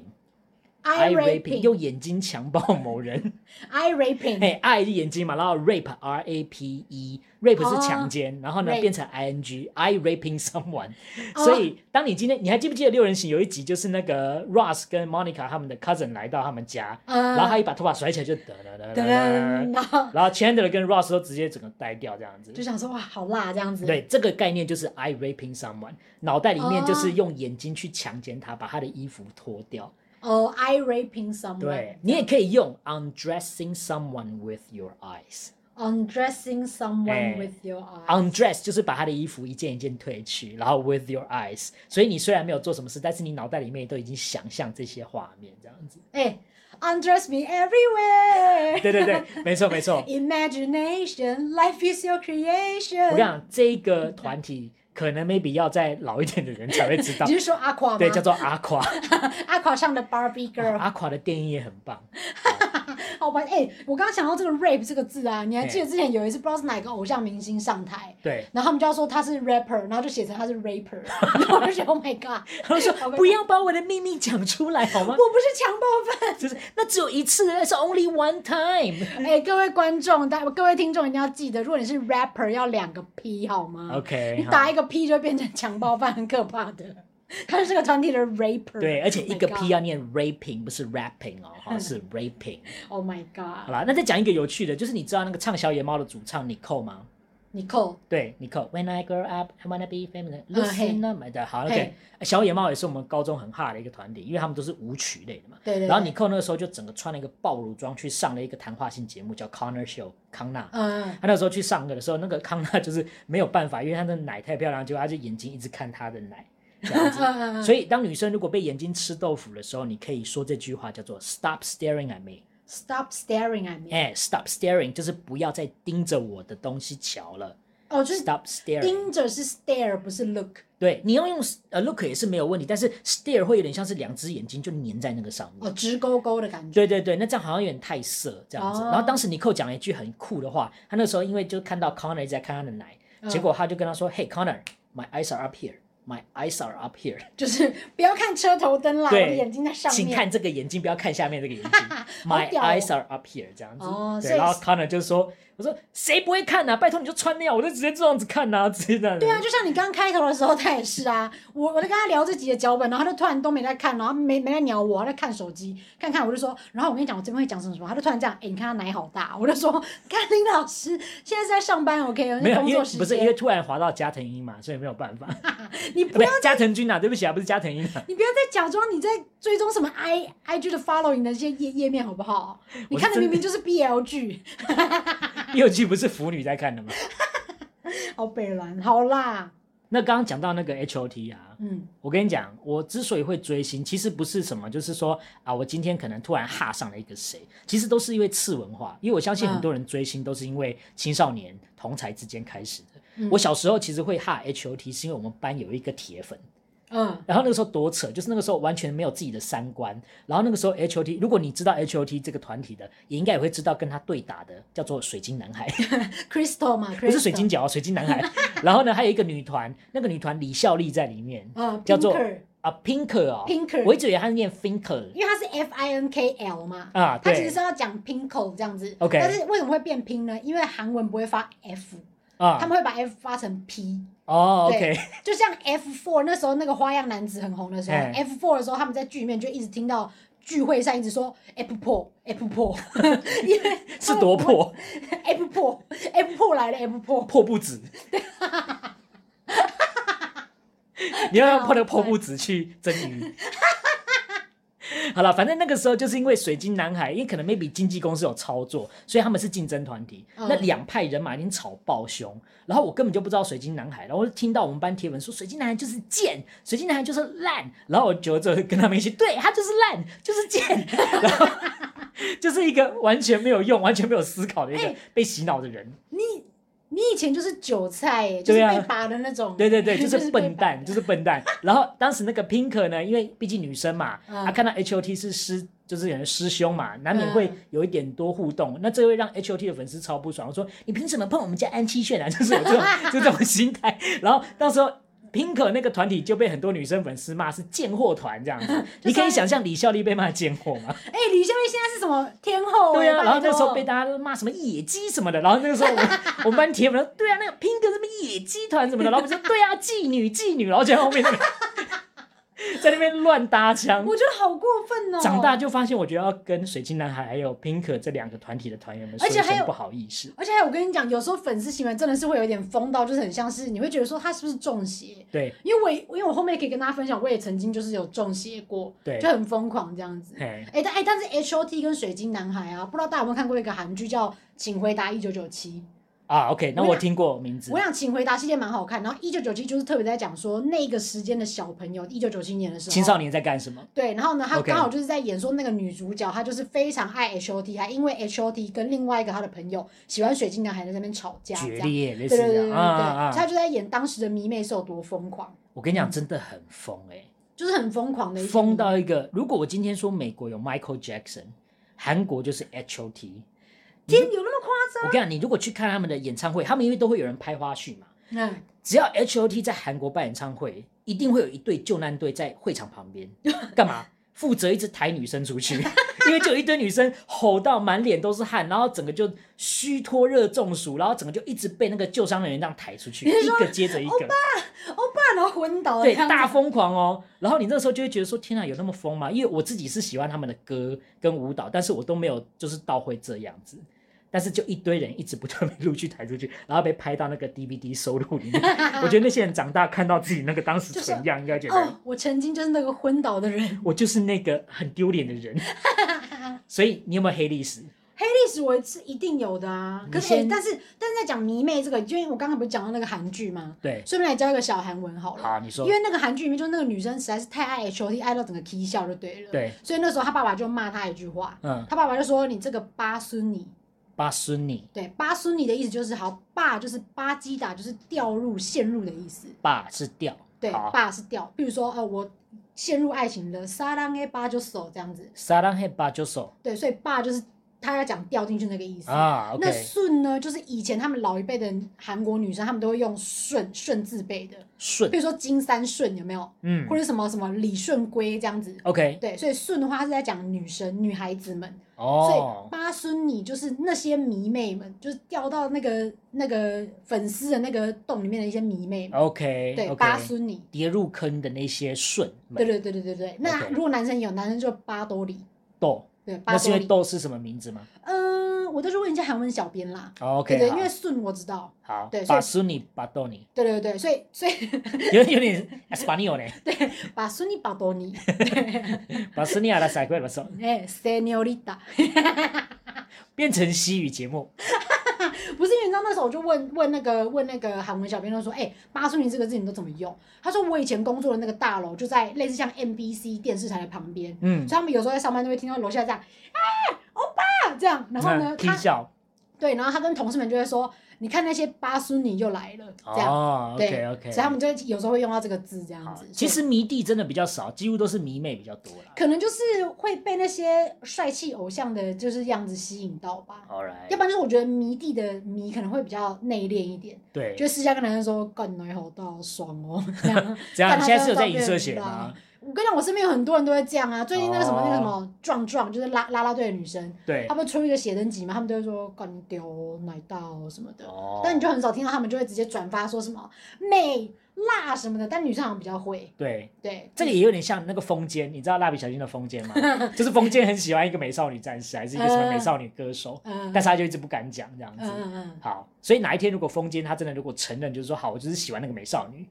Speaker 1: ？I
Speaker 2: raping，
Speaker 1: raping,
Speaker 2: 用眼睛强暴某人。
Speaker 1: I raping，
Speaker 2: *laughs* 哎，eye 是眼睛嘛，然后 rape r a p e，rape
Speaker 1: 哦
Speaker 2: 是强奸，然后呢
Speaker 1: rape
Speaker 2: 变成 i n g，eye raping *laughs* someone。
Speaker 1: 哦
Speaker 2: 所以当你今天，你还记不记得六人行有一集就是那个 Ross 跟 Monica 他们的 cousin 来到他们家，
Speaker 1: 嗯
Speaker 2: 然后他一把头发甩起来就得了得了
Speaker 1: 噔，
Speaker 2: 得了。
Speaker 1: 然后
Speaker 2: 然后 Chandler 跟 Ross 都直接整个呆掉这样子
Speaker 1: 就。想说哇，好辣这样子。
Speaker 2: 对，这个概念就是 I raping someone，脑袋里面就
Speaker 1: 哦
Speaker 2: 是用眼睛去强奸他，把他的衣服脱掉。
Speaker 1: 哦、i raping someone。
Speaker 2: 对你也可以用 undressing someone with your eyes。
Speaker 1: undressing
Speaker 2: 哎
Speaker 1: someone with your eyes。
Speaker 2: undress 就是把他的衣服一件一件褪去，然后 with your eyes。所以你虽然没有做什么事，但是你脑袋里面都已经想象这些画面这样子。
Speaker 1: 哎、u n d r e s s me everywhere。
Speaker 2: *laughs* 对对对，没错没错。
Speaker 1: Imagination, life is your
Speaker 2: 我
Speaker 1: creation。
Speaker 2: 跟你讲，这一个团体可能 maybe 要再老一点的人才会知 *laughs* 道
Speaker 1: 你，是说阿垮吗？
Speaker 2: 对，叫啊做阿垮。 *laughs*
Speaker 1: 阿垮唱的《Barbie Girl》
Speaker 2: 阿垮的电影也很棒。
Speaker 1: 好吧，哎、我刚刚想到这个 rape 这个字啊，你还记得
Speaker 2: 嘿
Speaker 1: 之前有一次不知道是哪个偶像明星上台，
Speaker 2: 对，
Speaker 1: 然后他们就要说他是 rapper，然后就写成他是
Speaker 2: *laughs*
Speaker 1: raper，然后我就觉得 Oh my God，
Speaker 2: 他们说不要把我的秘密讲出来好 *laughs* 吗
Speaker 1: 我？不是强暴犯。
Speaker 2: 就是那只有一次是 only one time。
Speaker 1: *laughs* 哎、各位观众、大各位听众一定要记得，如果你是 rapper，要两个 P 好吗
Speaker 2: OK，
Speaker 1: 你
Speaker 2: 好
Speaker 1: 打一个 P 就变成强暴犯，很可怕的。 *laughs* 他是这个团体的 raper，
Speaker 2: 对，而且一个
Speaker 1: Oh my
Speaker 2: P 要念 raping，不是 rapping 哦，哈，是 raping。
Speaker 1: God，Oh Oh my
Speaker 2: 好
Speaker 1: God，
Speaker 2: 啦，那再讲一个有趣的，就是你知道那个唱小野猫的主唱 Nicole 吗？
Speaker 1: 你扣。
Speaker 2: 对，Nicole，When I grow up, I wanna be famous.
Speaker 1: 嗯嘿
Speaker 2: Listen up，my d 好
Speaker 1: 嘿
Speaker 2: ，OK。小野猫也是我们高中很哈的一个团体，因为他们都是舞曲类的嘛。
Speaker 1: 对对对
Speaker 2: 然后 Nicole 那个时候就整个穿了一个暴露装去上了一个谈话性节目，叫 Connor Show 康纳。
Speaker 1: 嗯，
Speaker 2: 他那时候去上课的时候，那个康纳就是没有办法，因为他的奶太漂亮，结果他就眼睛一直看他的奶，这样子。
Speaker 1: *laughs* 嗯
Speaker 2: 所以当女生如果被眼睛吃豆腐的时候，你可以说这句话叫做 “Stop staring at me”。
Speaker 1: Stop staring at me。
Speaker 2: 哎，Stop staring 就是不要再盯着我的东西瞧了。
Speaker 1: 哦，就是
Speaker 2: Stop staring。
Speaker 1: 盯着是 stare，不是 look。
Speaker 2: 对，你要用呃 look 也是没有问题，但是 stare 会有点像是两只眼睛就粘在那个上面。
Speaker 1: 哦，直勾勾的感觉。
Speaker 2: 对对对，那这样好像有点太色这样子。
Speaker 1: 哦
Speaker 2: 然后当时尼寇讲了一句很酷的话，他那时候因为就看到 Connor 一直在看他的奶，
Speaker 1: 嗯
Speaker 2: 结果他就跟他说、h e y Connor，my eyes are up here，my eyes are up here，
Speaker 1: 就是不要看车头灯啦，我
Speaker 2: 对
Speaker 1: 的眼睛在 *laughs* 上
Speaker 2: 请
Speaker 1: 面。啊
Speaker 2: 看这个眼睛，不要看下面这个眼
Speaker 1: *laughs*
Speaker 2: 睛，my
Speaker 1: 屌哦
Speaker 2: eyes are up here 这样子。
Speaker 1: 哦所
Speaker 2: 对，
Speaker 1: 以
Speaker 2: 然后 Connor 就说，我说谁不会看啊？拜托你就穿那样，我就直接这样子看啊，直接这样子。
Speaker 1: 对啊，就像你刚开头的时候，他也是啊。我我在跟他聊这集的脚本，然后他就突然都没在看，然后没没在鸟我，他在看手机，看看我就说，然后我跟你讲，我这边会讲什么什么，他就突然这样，哎、你看他奶好大，我就说， *laughs* 看林老师现在是在上班，OK，
Speaker 2: *laughs* 没有，
Speaker 1: 工
Speaker 2: 因为
Speaker 1: 作时
Speaker 2: 不是因
Speaker 1: 间
Speaker 2: 为，突然滑到加藤鹰嘛，所以没有办法。
Speaker 1: 你
Speaker 2: 不
Speaker 1: *laughs*
Speaker 2: *laughs*
Speaker 1: 不
Speaker 2: 是
Speaker 1: 要
Speaker 2: 加藤君啊，对不起啊，不是加藤鹰啊。 *laughs*
Speaker 1: 你不要再假装你在追踪什么 i i g 的 following 的一些页页面好不好？你看的明明就是 B L 剧，
Speaker 2: 又剧不是腐女在看的吗？
Speaker 1: 好北蓝，好啦，
Speaker 2: 那刚刚讲到那个 H O T 啊，
Speaker 1: 嗯，
Speaker 2: 我跟你讲，我之所以会追星，其实不是什么，就是说啊，我今天可能突然哈上了一个谁，其实都是因为次文化。因为我相信很多人追星都是因为青少年同才之间开始的。
Speaker 1: 嗯
Speaker 2: 我小时候其实会哈 H O T，是因为我们班有一个铁粉，
Speaker 1: 嗯，
Speaker 2: 然后那个时候多扯，就是那个时候完全没有自己的三观。然后那个时候 H O T，如果你知道 H O T 这个团体的，也应该也会知道跟他对打的叫做水晶男孩，
Speaker 1: Crystal 嘛，
Speaker 2: 不是水晶啊饺，水晶男孩。然后呢，还有一个女团，那个女团李孝利在里面
Speaker 1: Crystal，嗯，
Speaker 2: 叫做
Speaker 1: Pinker，
Speaker 2: 啊，Pinker 哦
Speaker 1: Pinker
Speaker 2: 我一直以为他是念 Finker
Speaker 1: 因为它是 F I N K L 嘛，
Speaker 2: 啊，
Speaker 1: 它其实
Speaker 2: 对
Speaker 1: 是要讲 Pinko 这样子。
Speaker 2: OK
Speaker 1: 但是为什么会变拼呢？因为韩文不会发 F，他
Speaker 2: 啊，
Speaker 1: 们会把 F 发成 P，
Speaker 2: 哦
Speaker 1: 对
Speaker 2: ，OK，
Speaker 1: 就像 F Four 那时候那个花样男子很红的时候
Speaker 2: 哎
Speaker 1: ，F Four 的时候，他们在剧里面就一直听到聚会上一直说 F Four F Four，因 *laughs* 为
Speaker 2: 是多破
Speaker 1: F Four *laughs* F Four 来了 F Four，
Speaker 2: 破不止。 *laughs* 你要用破那个破不止去蒸鱼。好了，反正那个时候就是因为水晶男孩，因为可能 maybe 经纪公司有操作，所以他们是竞争团体。
Speaker 1: 嗯
Speaker 2: 那两派人马已经吵爆凶，然后我根本就不知道水晶男孩，然后我就听到我们班贴文说水晶男孩就是贱，水晶男孩就是烂，然后我久了之后就跟他们一起，对他就是烂，就是贱，然后就是一个完全没有用、完全没有思考的一个
Speaker 1: 哎
Speaker 2: 被洗脑的人。
Speaker 1: 你以前就是韭菜耶，就是
Speaker 2: 对啊
Speaker 1: 被拔的那种，
Speaker 2: 对
Speaker 1: *laughs*
Speaker 2: 对对，就是
Speaker 1: 被
Speaker 2: 笨
Speaker 1: 拔
Speaker 2: 蛋，就是笨蛋。 *laughs* 然后当时那个 Pinker 呢，因为毕竟女生嘛，她、
Speaker 1: 嗯
Speaker 2: 看到 H O T 是师，就是有人师兄嘛，难免
Speaker 1: 嗯
Speaker 2: 会有一点多互动，那这会让 H O T 的粉丝超不爽，我说你凭什么碰我们家安七炫啊？ *laughs* 就是有这种就这种心态。然后到时候。Pinker 那个团体就被很多女生粉丝骂是贱货团这
Speaker 1: *laughs*
Speaker 2: 样子，你可以想象李孝利被骂贱货吗？
Speaker 1: 哎、李孝利现在是什么天后、
Speaker 2: 对
Speaker 1: 呀、
Speaker 2: 啊，然后那
Speaker 1: 拜
Speaker 2: 个
Speaker 1: 托
Speaker 2: 时候被大家都骂什么野鸡什么的，然后那个时候我们我 *laughs* 们班铁粉说，对啊，那个 Pink 什么野鸡团什么的，然后我们说对啊，妓女妓女，然后就在后面那个在那边乱搭腔。
Speaker 1: 我觉得好过分哦。
Speaker 2: 长大，就发现，我觉得要跟水晶男孩还有 Pink 这两个团体的团员们说
Speaker 1: 而
Speaker 2: 一
Speaker 1: 且还
Speaker 2: 声
Speaker 1: 有
Speaker 2: 不好意思。
Speaker 1: 而且还有我跟你讲，有时候粉丝行为真的是会有一点疯到，就是很像是你会觉得说他是不是中邪？
Speaker 2: 对，
Speaker 1: 因为我也因为我后面可以跟大家分享，我也曾经就是有中邪过，
Speaker 2: 对
Speaker 1: 就很疯狂这样子。
Speaker 2: 嘿，
Speaker 1: 哎、但哎、但是 H O T 跟水晶男孩啊，不知道大家有没有看过一个韩剧叫《请回答一九九七》。
Speaker 2: 啊，OK，那
Speaker 1: 我
Speaker 2: 我
Speaker 1: 想
Speaker 2: 听过名字
Speaker 1: 我，想《请回答》系列蛮好看，然后一九九七就是特别在讲说那个时间的小朋友，一九九七年的时候，
Speaker 2: 青少年在干什么？
Speaker 1: 对，然后呢，他
Speaker 2: OK
Speaker 1: 刚好就是在演说那个女主角，她就是非常爱 H O T，还因为 H O T 跟另外一个她的朋友喜欢水晶男孩在那边吵架，这
Speaker 2: 决
Speaker 1: 样。
Speaker 2: 裂类
Speaker 1: 对
Speaker 2: 似
Speaker 1: 对对
Speaker 2: 这
Speaker 1: 对对，嗯
Speaker 2: 样啊
Speaker 1: 所以
Speaker 2: 啊！
Speaker 1: 她
Speaker 2: 啊
Speaker 1: 就在演当时的迷妹是有多疯狂，
Speaker 2: 我跟你讲，真的很疯哎。
Speaker 1: 就是很疯狂的一些迷
Speaker 2: 疯
Speaker 1: 妹
Speaker 2: 到一个，如果我今天说美国有 Michael Jackson，韩国就是 H O T。
Speaker 1: 天有那么夸
Speaker 2: 我跟你讲，你如果去看他们的演唱会，他们因为都会有人拍花絮嘛，
Speaker 1: 张？嗯，
Speaker 2: 只要 H O T 在韩国办演唱会，一定会有一队救难队在会场旁
Speaker 1: *laughs*
Speaker 2: 边，干嘛？负责一直抬女生出去，因为就有一堆女生吼到满脸都是汗，然后整个就虚脱热中暑，然后整个就一直被那个救伤人员这样抬出去，
Speaker 1: 你是
Speaker 2: 一
Speaker 1: 说
Speaker 2: 个接着一个。
Speaker 1: 欧巴哦然后昏倒啊的
Speaker 2: 对，
Speaker 1: 样子
Speaker 2: 大疯狂哦。然后你那时候就会觉得说，天啊，有那么疯吗？因为我自己是喜欢他们的歌跟舞蹈，但是我都没有就是到会这样子。但是就一堆人一直不断被陆续抬出去，然后被拍到那个 DVD 收录里面。
Speaker 1: *laughs* 啊
Speaker 2: 我觉得那些人长大看到自己那个当时
Speaker 1: 就是
Speaker 2: 蠢样，应该觉得、
Speaker 1: 哦，我曾经就是那个昏倒的人。
Speaker 2: 我就是那个很丢脸
Speaker 1: *laughs*
Speaker 2: 的人。所以你有没有黑历史？
Speaker 1: 黑历史我是一定有的啊，可是、
Speaker 2: 你
Speaker 1: 哎
Speaker 2: 嗯先
Speaker 1: 但是但是在讲迷妹这个，因为我刚刚不是讲到那个韩剧吗？
Speaker 2: 对，
Speaker 1: 顺便来教一个小韩文好了。
Speaker 2: 好，你说
Speaker 1: 因为那个韩剧里面，就那个女生实在是太爱 H O T，爱到整个 K 笑就对了。，
Speaker 2: 对，
Speaker 1: 所以那时候他爸爸就骂他一句话，
Speaker 2: 嗯，
Speaker 1: 他爸爸就说：“你这个巴孙女。
Speaker 2: 巴孙尼”
Speaker 1: 对，巴孙女的意思就是好，爸就是巴基达，就是掉入、陷入的意思。
Speaker 2: 爸是掉，
Speaker 1: 对，
Speaker 2: 好，
Speaker 1: 爸是掉，比如说呃，我陷入爱情了，撒浪哎巴就手这样子。
Speaker 2: 撒浪嘿巴就手
Speaker 1: 对，所以爸就是他要讲掉进去那个意思。
Speaker 2: 啊
Speaker 1: 那
Speaker 2: ，OK，
Speaker 1: 顺呢，就是以前他们老一辈的韩国女生，她们都会用顺顺字辈的，
Speaker 2: 顺
Speaker 1: 比，如说金三顺有没有，
Speaker 2: 嗯哦
Speaker 1: 或者什么什么李顺圭这样子。
Speaker 2: ，OK，
Speaker 1: 对，所以顺的话它是在讲女生、女孩子们，所
Speaker 2: 哦
Speaker 1: 以，八孙女就是那些迷妹们，就是掉到那个那个粉丝的那个洞里面的一些迷妹们。
Speaker 2: 哦 OK，
Speaker 1: 对，
Speaker 2: o k
Speaker 1: 八孙女。
Speaker 2: 跌入坑的那些顺
Speaker 1: 对
Speaker 2: 们
Speaker 1: 对对对对对。那
Speaker 2: OK
Speaker 1: 如果男生有，男生就八多里。
Speaker 2: 豆，
Speaker 1: 对，八
Speaker 2: 那是因
Speaker 1: 多
Speaker 2: 为
Speaker 1: 里。
Speaker 2: 豆是什么名字吗
Speaker 1: 嗯、我都是问一下韩文小编啦。
Speaker 2: 哦
Speaker 1: 对
Speaker 2: ？OK，
Speaker 1: 对，
Speaker 2: 好
Speaker 1: 因为顺我知道。
Speaker 2: 好
Speaker 1: 对，所以
Speaker 2: 把苏尼把豆尼，
Speaker 1: 对对对，所以 *laughs* 所以
Speaker 2: *laughs* 有有点 Espanol 呢，
Speaker 1: 把孙女八多里，
Speaker 2: 把苏尼亚的塞过来说，
Speaker 1: 哎，señorita。
Speaker 2: 变成西语节目
Speaker 1: 不是因为你知道那时候我就问问那个问那个韩文小编就说，哎、八叔你这个字你都怎么用？他说我以前工作的那个大楼就在类似像 MBC 电视台的旁边，
Speaker 2: 嗯嗯
Speaker 1: 所以他们有时候在上班都会听到楼下这样啊，欧巴这样，然后呢，
Speaker 2: 踢
Speaker 1: 他
Speaker 2: 笑
Speaker 1: 对，然后他跟同事们就会说，你看那些巴苏尼又来了，这样，
Speaker 2: 哦
Speaker 1: 对
Speaker 2: ，OK OK，
Speaker 1: 所以他们就会有时候会用到这个字这样子。
Speaker 2: 其实迷弟真的比较少，几乎都是迷妹比较多啦。
Speaker 1: 可能就是会被那些帅气偶像的就是样子吸引到吧。
Speaker 2: All right，
Speaker 1: 要不然就是我觉得迷弟的迷可能会比较内敛一点，
Speaker 2: 对，
Speaker 1: 就私下跟男生说干奶好大好爽哦， *laughs* 这样。
Speaker 2: 这样
Speaker 1: 但
Speaker 2: 你
Speaker 1: 他
Speaker 2: 现在是有
Speaker 1: 就
Speaker 2: 在
Speaker 1: 到
Speaker 2: 影
Speaker 1: 别
Speaker 2: 射
Speaker 1: 人
Speaker 2: 写
Speaker 1: 知道
Speaker 2: 吗？
Speaker 1: 我跟你讲，我身边有很多人都会这样啊。最近那个什么、那个什
Speaker 2: 哦
Speaker 1: 么壮壮，就是拉拉拉队的女生，
Speaker 2: 对
Speaker 1: 她，们出一个写真集嘛，她们都会说干屌哦奶大哦什么的。
Speaker 2: 哦
Speaker 1: 但你就很少听到他们就会直接转发说什么美辣什么的，但女生好像比较会。
Speaker 2: 对，
Speaker 1: 对，
Speaker 2: 这个也有点像那个风间，你知道蜡笔小新的风间吗？
Speaker 1: *laughs*
Speaker 2: 就是风间很喜欢一个美少女战士，还是一个什么美
Speaker 1: 嗯
Speaker 2: 少女歌手，
Speaker 1: 嗯，
Speaker 2: 但是他就一直不敢讲这样
Speaker 1: 嗯
Speaker 2: 子。
Speaker 1: 嗯嗯，
Speaker 2: 好，所以哪一天如果风间他真的如果承认，就是说好，我就是喜欢那个美少女，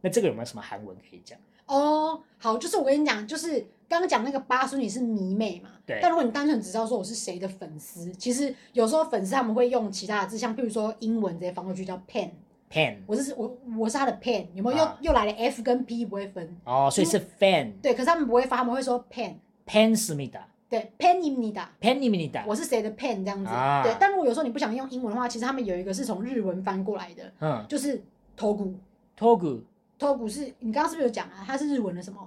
Speaker 2: 那这个有没有什么韩文可以讲？
Speaker 1: 哦，好，就是我跟你讲，就是刚刚讲那个八叔，你是迷妹嘛？
Speaker 2: 对
Speaker 1: 但如果你单纯只知道说我是谁的粉丝，其实有时候粉丝他们会用其他的字，像譬如说英文这些方过去叫 pen，
Speaker 2: Pan
Speaker 1: 我是我我是他的 pen，有没有？又、
Speaker 2: 啊
Speaker 1: 又来了 F 跟 P 不会分，
Speaker 2: 哦，所以是 fan
Speaker 1: 对，可是他们不会发，他们会说 pen，
Speaker 2: Pan 스미다
Speaker 1: 对，pen입니다。
Speaker 2: Pan 입니다
Speaker 1: 我是谁的 pen 这样子，
Speaker 2: 啊
Speaker 1: 对。但如果有时候你不想用英文的话，其实他们有一个是从日文翻过来的，
Speaker 2: 嗯
Speaker 1: 就是头骨。
Speaker 2: ，Togu
Speaker 1: 头骨是你刚刚是不是有讲啊？它是日文的什么？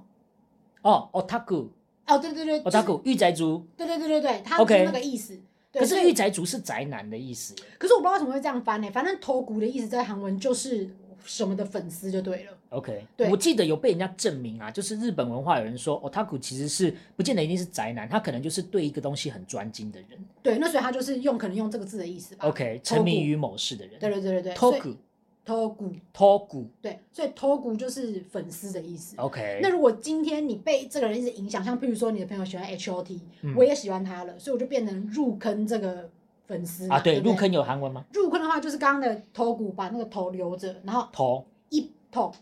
Speaker 2: 哦，Otaku
Speaker 1: 哦，对对对，就是
Speaker 2: Otaku 御宅族，
Speaker 1: 对对对对对，它
Speaker 2: OK
Speaker 1: 是那个意思。对
Speaker 2: 可
Speaker 1: 所
Speaker 2: 是
Speaker 1: 以
Speaker 2: 御宅族是宅男的意思耶。
Speaker 1: 可是我不知道为什么会这样翻呢、欸反正头骨的意思在韩文就是什么的粉丝就对了。
Speaker 2: OK，
Speaker 1: 对
Speaker 2: 我记得有被人家证明啊，就是日本文化有人说，otaku 其实是不见得一定是宅男，他可能就是对一个东西很专精的人。
Speaker 1: 对，那所以他就是用可能用这个字的意思吧。
Speaker 2: OK，沉迷于某事的人。
Speaker 1: 啊对对对对对，所以
Speaker 2: toku
Speaker 1: 头骨
Speaker 2: toku
Speaker 1: 对，所以头骨就是粉丝的意思。
Speaker 2: OK，
Speaker 1: 那如果今天你被这个人一直影响，像譬如说你的朋友喜欢 H O T，、
Speaker 2: 嗯
Speaker 1: 我也喜欢他了，所以我就变成入坑这个粉丝嘛
Speaker 2: 啊对，
Speaker 1: 不
Speaker 2: 入坑有韩文吗？
Speaker 1: 入坑的话，就是刚刚的头骨把那个头留着，然后
Speaker 2: 头
Speaker 1: 一头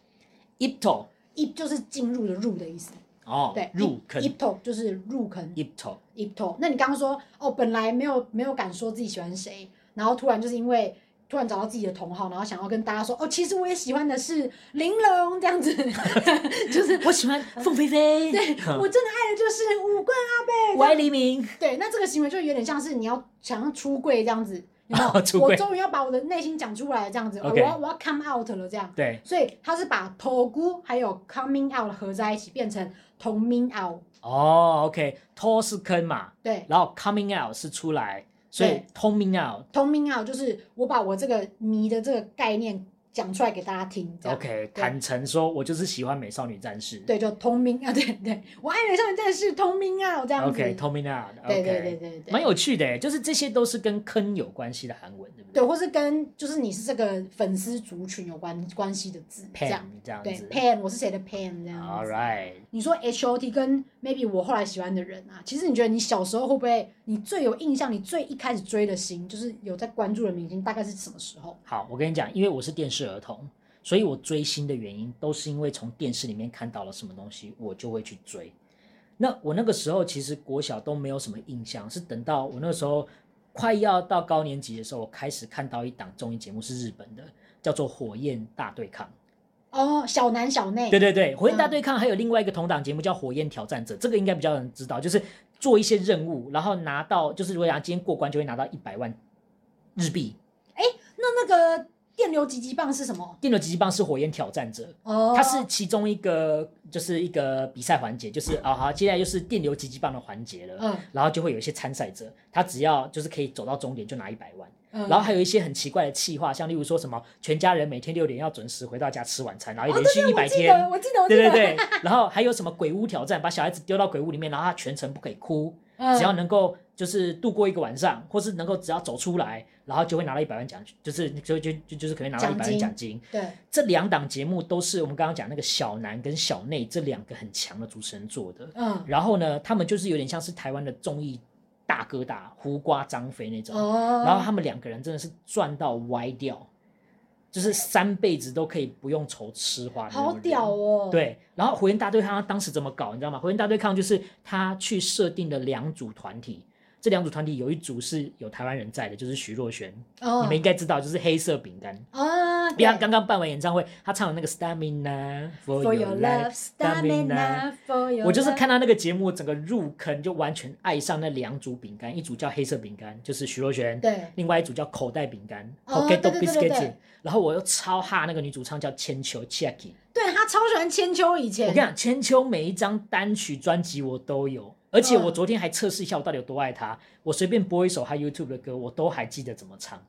Speaker 2: ipto
Speaker 1: 一就是进入的入的意思，
Speaker 2: 哦
Speaker 1: 对，，
Speaker 2: 入坑
Speaker 1: 一头就是入坑
Speaker 2: ipto
Speaker 1: 一头。那你刚刚说哦，本来没有没有敢说自己喜欢谁，然后突然就是因为。突然找到自己的同好，然后想要跟大家说哦，其实我也喜欢的是玲珑这样子， *laughs* 就是
Speaker 2: 我喜嗯欢凤飞 *laughs* 飞，
Speaker 1: *laughs* 对
Speaker 2: 哼
Speaker 1: 我真的爱的就是啊武棍阿贝。
Speaker 2: 歪黎明，
Speaker 1: 对，那这个行为就有点像是你要想要出柜这样子，有没
Speaker 2: *laughs* 出
Speaker 1: 有？
Speaker 2: 柜
Speaker 1: 我终于要把我的内心讲出来了，这样子，啊
Speaker 2: OK
Speaker 1: 我要我要 come out 了这样。
Speaker 2: 对
Speaker 1: 所以他是把头箍还有 coming out 合在一起，变成同 ming out。
Speaker 2: 哦 OK，to 是坑嘛，
Speaker 1: 对，
Speaker 2: 然后 coming out 是出来，所以
Speaker 1: 对
Speaker 2: coming out
Speaker 1: 同 ming out 就是我把我这个迷的这个概念讲出来给大家听，这样。
Speaker 2: OK 坦诚说，我就是喜欢美少女战士，
Speaker 1: 对，就同 ming 啊，对对，我爱美少女战士同 ming out 这样子。
Speaker 2: OK coming out，
Speaker 1: 对对
Speaker 2: OK
Speaker 1: 对对对，
Speaker 2: 蛮有趣的欸，就是这些都是跟坑有关系的韩文，对不
Speaker 1: 对，或是跟就是你是这个粉丝族群有关关系的字，这样。
Speaker 2: ？Pan 这样
Speaker 1: 对
Speaker 2: 子。
Speaker 1: ，pan 我是谁的 pan 这样子。
Speaker 2: All right，
Speaker 1: 你说 H O T 跟 maybe 我后来喜欢的人啊，其实你觉得你小时候会不会，你最有印象，你最一开始追的星，就是有在关注的明星，大概是什么时候？
Speaker 2: 好，我跟你讲，因为我是电视儿童，所以我追星的原因都是因为从电视里面看到了什么东西，我就会去追。那我那个时候其实国小都没有什么印象，是等到我那个时候快要到高年级的时候，我开始看到一档综艺节目是日本的，叫做《火焰大对抗》。
Speaker 1: 哦，小男小内，
Speaker 2: 对对对，《火焰大
Speaker 1: 嗯
Speaker 2: 对抗》还有另外一个同档节目叫《火焰挑战者》，这个应该比较有人知道，就是做一些任务，然后拿到，就是如果要今天过关，就会拿到一百万日币。
Speaker 1: 那那个电流急急棒是什么？
Speaker 2: 电流极棒是《火焰挑战者》，
Speaker 1: 哦，
Speaker 2: 它是其中一个，就是一个比赛环节，就是啊、好，接下来就是电流极极棒的环节了。
Speaker 1: 嗯
Speaker 2: 然后就会有一些参赛者，他只要就是可以走到终点就拿一百万，
Speaker 1: 嗯，
Speaker 2: 然后还有一些很奇怪的气话，像例如说什么全家人每天六点要准时回到家吃晚餐，然后连续一百
Speaker 1: 哦我记
Speaker 2: 天，
Speaker 1: 得，我记得，我记
Speaker 2: 对
Speaker 1: 得，
Speaker 2: 对对， *laughs* 然后还有什么鬼屋挑战，把小孩子丢到鬼屋里面，然后他全程不可以哭，
Speaker 1: 嗯
Speaker 2: 只要能够就是度过一个晚上，或是能够只要走出来，然后就会拿到一百万奖，就是就就就就是可以拿到一
Speaker 1: 奖
Speaker 2: 百万
Speaker 1: 金
Speaker 2: 奖金。
Speaker 1: 对，
Speaker 2: 这两档节目都是我们刚刚讲那个小南跟小内这两个很强的主持人做的。
Speaker 1: 嗯，
Speaker 2: 然后呢，他们就是有点像是台湾的综艺大哥大胡瓜张飞那种。
Speaker 1: 哦，
Speaker 2: 然后他们两个人真的是赚到歪掉，就是三辈子都可以不用愁吃花的那种
Speaker 1: 好
Speaker 2: 人。
Speaker 1: 屌哦，，
Speaker 2: 对，然后火焰大对抗他当时怎么搞，你知道吗？火焰大对抗就是他去设定了两组团体，这两组团体有一组是有台湾人在的，就是徐若瑄，
Speaker 1: 哦，
Speaker 2: 你们应该知道，就是黑色饼干。
Speaker 1: 啊，啊，
Speaker 2: 比方
Speaker 1: 对
Speaker 2: 刚刚办完演唱会，他唱的那个 Stamina for
Speaker 1: For your love,
Speaker 2: Stamina
Speaker 1: stamina for your
Speaker 2: 我就是
Speaker 1: love
Speaker 2: 看到那个节目，整个入坑就完全爱上那两组饼干，一组叫黑色饼干，就是徐若瑄，
Speaker 1: 对
Speaker 2: 另外一组叫口袋饼干
Speaker 1: 哦
Speaker 2: （pocket
Speaker 1: 对对对对
Speaker 2: biscuit）
Speaker 1: 对。
Speaker 2: 然后我又超哈那个女主唱叫千秋 （Chiaki）。
Speaker 1: 对，他超喜欢千秋以
Speaker 2: 我
Speaker 1: 前
Speaker 2: 跟你，讲，千秋每一张单曲专辑我都有，而且
Speaker 1: 嗯
Speaker 2: 我昨天还测试一下我到底有多爱她。我随便播一首她 YouTube 的歌，我都还记得怎么唱，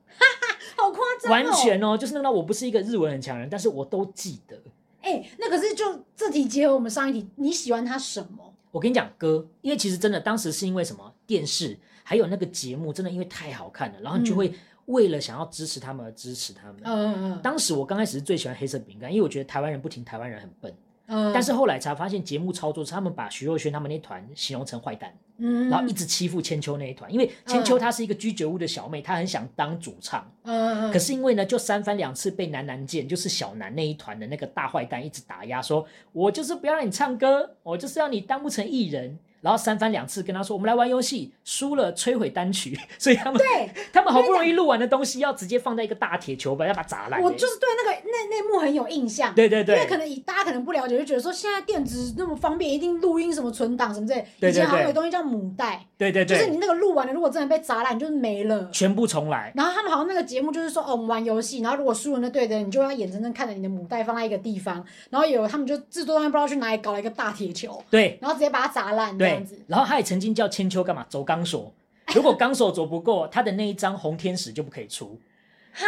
Speaker 1: 好夸张、哦，
Speaker 2: 完全哦，就是那个我不是一个日文很强的人，但是我都记得。
Speaker 1: 哎、那可是就这题结合我们上一题，你喜欢他什么？
Speaker 2: 我跟你讲歌，因为其实真的当时是因为什么电视还有那个节目，真的因为太好看了，然后你就
Speaker 1: 嗯
Speaker 2: 会为了想要支持他们而支持他们。
Speaker 1: 嗯嗯嗯
Speaker 2: 当时我刚开始是最喜欢黑色饼干，因为我觉得台湾人不听台湾人很笨，
Speaker 1: 嗯，
Speaker 2: 但是后来才发现节目操作是他们把徐若瑄他们那团形容成坏蛋，
Speaker 1: 嗯，
Speaker 2: 然后一直欺负千秋那一团，因为千秋她是一个居酒屋的小妹，她很想当主唱，
Speaker 1: 嗯嗯
Speaker 2: 可是因为呢，就三番两次被南南见，就是小南那一团的那个大坏蛋一直打压，说我就是不要让你唱歌，我就是要你当不成艺人。然后三番两次跟他说，我们来玩游戏，输了摧毁单曲， *laughs* 所以他们
Speaker 1: 对
Speaker 2: 他们好不容易录完的东西，要直接放在一个大铁球把要把它砸烂欸。
Speaker 1: 我就是对那个那那幕很有印象。
Speaker 2: 对对
Speaker 1: 因为
Speaker 2: 对
Speaker 1: 可，能以大家可能不了解，就觉得说现在电子那么方便，一定录音什么存档什么之类。
Speaker 2: 对对
Speaker 1: 以前好像
Speaker 2: 对
Speaker 1: 有东西叫母带，
Speaker 2: 对对
Speaker 1: 就是
Speaker 2: 对，
Speaker 1: 你那个录完了，如果真的被砸烂，你就是没了。
Speaker 2: 全部重来。
Speaker 1: 然后他们好像那个节目就是说，哦，我们玩游戏，然后如果输了那队的人，你就要眼睁睁看着你的母带放在一个地方，然后有他们就制作单位不知道去哪里搞了一个大铁球，
Speaker 2: 对
Speaker 1: 然后直接把它砸烂这样
Speaker 2: 对
Speaker 1: 子。，
Speaker 2: 然后他也曾经叫千秋干嘛走钢索，如果钢索走不够，他的那一张红天使就不可以出。
Speaker 1: 哈，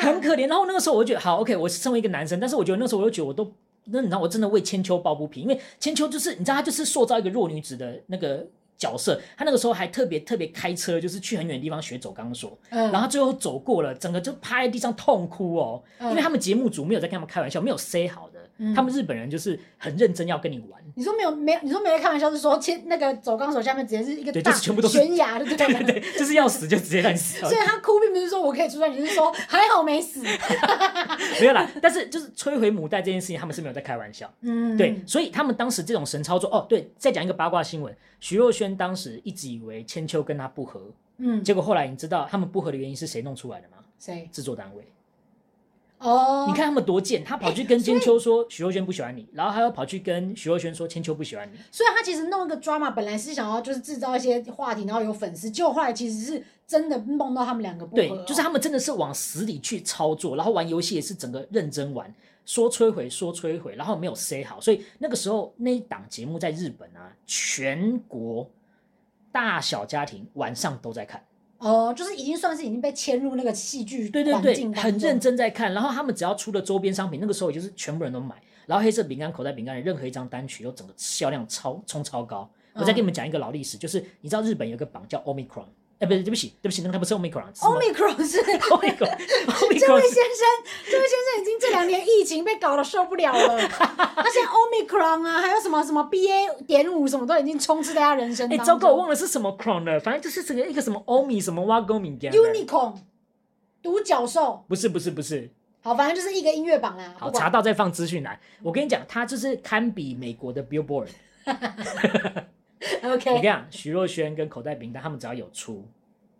Speaker 2: 很可怜。然后那个时候我就觉得好，OK，我是身为一个男生，但是我觉得那时候我就觉得我都，那你知道我真的为千秋抱不平，因为千秋就是你知道她就是塑造一个弱女子的那个角色，她那个时候还特别特别开车，就是去很远的地方学走钢索，
Speaker 1: 嗯，
Speaker 2: 然后最后走过了，整个就趴在地上痛哭哦，
Speaker 1: 嗯
Speaker 2: 因为他们节目组没有在跟他们开玩笑，没有 say 好的，
Speaker 1: 嗯
Speaker 2: 他们日本人就是很认真要跟你玩。
Speaker 1: 你说没有没有，你说没在开玩笑，是说牵那个走钢索下面直接是一个
Speaker 2: 对
Speaker 1: 大
Speaker 2: 就是全部都是
Speaker 1: 悬崖，对不
Speaker 2: 对对， *laughs* 就是要死就直接让你
Speaker 1: *laughs*
Speaker 2: 死掉
Speaker 1: 所以他哭并不是说我可以出来，你是说还好没死。
Speaker 2: 没有啦。但是就是摧毁母带这件事情，他们是没有在开玩笑。
Speaker 1: *laughs* 嗯，
Speaker 2: 对，所以他们当时这种神操作，哦，对，再讲一个八卦新闻，徐若瑄当时一直以为千秋跟她不和，
Speaker 1: 嗯，
Speaker 2: 结果后来你知道他们不和的原因是谁弄出来的吗？
Speaker 1: 谁？
Speaker 2: 制作单位，
Speaker 1: 哦，
Speaker 2: 你看他们多贱，他跑去跟千秋说徐若瑄不喜欢你，然后他又跑去跟徐若瑄说千秋不喜欢你，
Speaker 1: 所以他其实弄一个 drama，本来是想要就是制造一些话题，然后有粉丝，结果后来其实是真的梦到他们两个不合
Speaker 2: 对
Speaker 1: 哦、，
Speaker 2: 就是他们真的是往死里去操作，然后玩游戏也是整个认真玩，说摧毁说摧毁，然后没有 say 好，所以那个时候那一档节目在日本啊，全国大小家庭晚上都在看。
Speaker 1: 哦，就是已经算是已经被牵入那个戏剧
Speaker 2: 对对
Speaker 1: 环
Speaker 2: 对
Speaker 1: 境，当
Speaker 2: 很
Speaker 1: 中
Speaker 2: 认。真在看。然后他们只要出了周边商品，那个时候就是全部人都买。然后黑色饼干、口袋饼干的任何一张单曲，都整个销量超冲超高。我再
Speaker 1: 嗯
Speaker 2: 给你们讲一个老历史，就是你知道日本有一个榜叫 Omicron，哎，不是，对不起，对不起，那个不是 Omicron，是什 *laughs* 么
Speaker 1: Omicron 是 *laughs*
Speaker 2: *laughs*
Speaker 1: 这位
Speaker 2: ？Omicron，Omicron
Speaker 1: 先生，这位先生已经这两年疫情被搞得受不了
Speaker 2: *laughs*
Speaker 1: 了，而且 Omicron 啊，还有什么什么 BA 点五什么都已经充斥在他人生
Speaker 2: 哎，
Speaker 1: 当中。
Speaker 2: 糟糕，我忘了是什么 cron 了，反正就是这个一个什么 Omi 什么 w a g o m i
Speaker 1: Unicorn 独角兽，
Speaker 2: 不是不是不是，
Speaker 1: 好，反正就是一个音乐榜啊啦。
Speaker 2: 好
Speaker 1: 不管
Speaker 2: 查到再放资讯栏。我跟你讲，它就是堪比美国的 Billboard。我跟
Speaker 1: *laughs*
Speaker 2: 你
Speaker 1: OK，
Speaker 2: 讲，徐若瑄跟口袋饼干他们只要有出，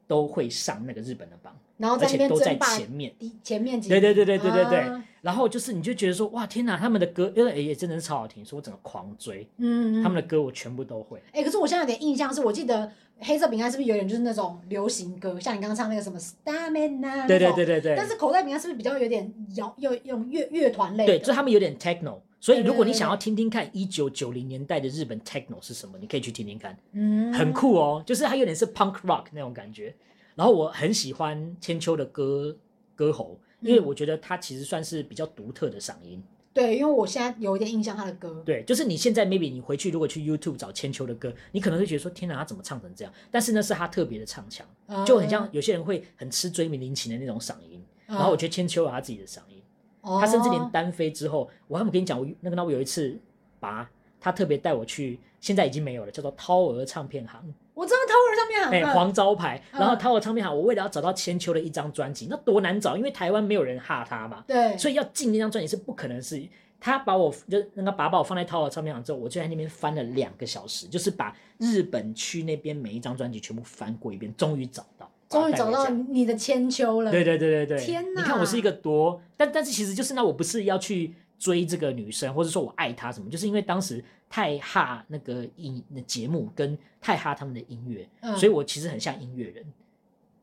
Speaker 2: 都会上那个日本的榜。
Speaker 1: 然后
Speaker 2: 而
Speaker 1: 在那
Speaker 2: 且
Speaker 1: 边
Speaker 2: 都在
Speaker 1: 争霸
Speaker 2: 前面。
Speaker 1: 第前面几
Speaker 2: 对对对对对对对。
Speaker 1: 啊
Speaker 2: 然后就是你就觉得说，哇，天哪，他们的歌，因为也也真的是超好听，所以我整个狂追、
Speaker 1: 嗯，嗯
Speaker 2: 他们的歌，我全部都会。
Speaker 1: 哎、可是我现在有点印象是，我记得黑色饼干是不是有点就是那种流行歌，像你刚刚唱那个什么 Stamina，
Speaker 2: 对对
Speaker 1: 那种
Speaker 2: 对对对。
Speaker 1: 但是口袋饼干是不是比较有点摇，有用乐乐团类的？
Speaker 2: 对，就他们有点 techno，所以
Speaker 1: 对对
Speaker 2: 如果你
Speaker 1: 对
Speaker 2: 想
Speaker 1: 对
Speaker 2: 要听听看一九九零年代的日本 techno 是什么，你可以去听听看，
Speaker 1: 嗯，
Speaker 2: 很。酷哦，就是它有点是 punk rock 那种感觉。然后我很喜欢千秋的歌歌喉，因为
Speaker 1: 嗯
Speaker 2: 我觉得他其实算是比较独特的嗓音。
Speaker 1: 对，因为我现在有一点印象他的歌。
Speaker 2: 对，就是你现在 maybe 你回去如果去 YouTube 找千秋的歌，你可能会觉得说天哪，他怎么唱成这样？但是呢，是他特别的唱腔，
Speaker 1: 嗯
Speaker 2: 就很像有些人会很吃追名林檎的那种嗓音。
Speaker 1: 嗯
Speaker 2: 然后我觉得千秋有他自己的嗓音，
Speaker 1: 哦
Speaker 2: 他甚至连单飞之后，我还没跟你讲，我那个那我有一次拔，他特别带我去，现在已经没有了，叫做涛儿唱片行，
Speaker 1: 我知道偷儿上面很
Speaker 2: 哎、黄招牌。
Speaker 1: 嗯
Speaker 2: 然后涛儿唱片行，我为了要找到千秋的一张专辑，那多难找，因为台湾没有人哈他嘛。
Speaker 1: 对，
Speaker 2: 所以要进那张专辑是不可能是。他把我就那个把把我放在淘宝唱片行之后，我就在那边翻了两个小时，就是把日本区那边每一张专辑全部翻过一遍，终于找到。
Speaker 1: 终于
Speaker 2: 把它带
Speaker 1: 找
Speaker 2: 回
Speaker 1: 到
Speaker 2: 家
Speaker 1: 你的千秋了。
Speaker 2: 对对对对对，
Speaker 1: 天
Speaker 2: 你看
Speaker 1: 哪
Speaker 2: 我是一个多，但但是其实就是那我不是要去追这个女生，或者说我爱她什么，就是因为当时太哈那个音那节目跟太哈他们的音乐，
Speaker 1: 嗯
Speaker 2: 所以我其实很像音乐人。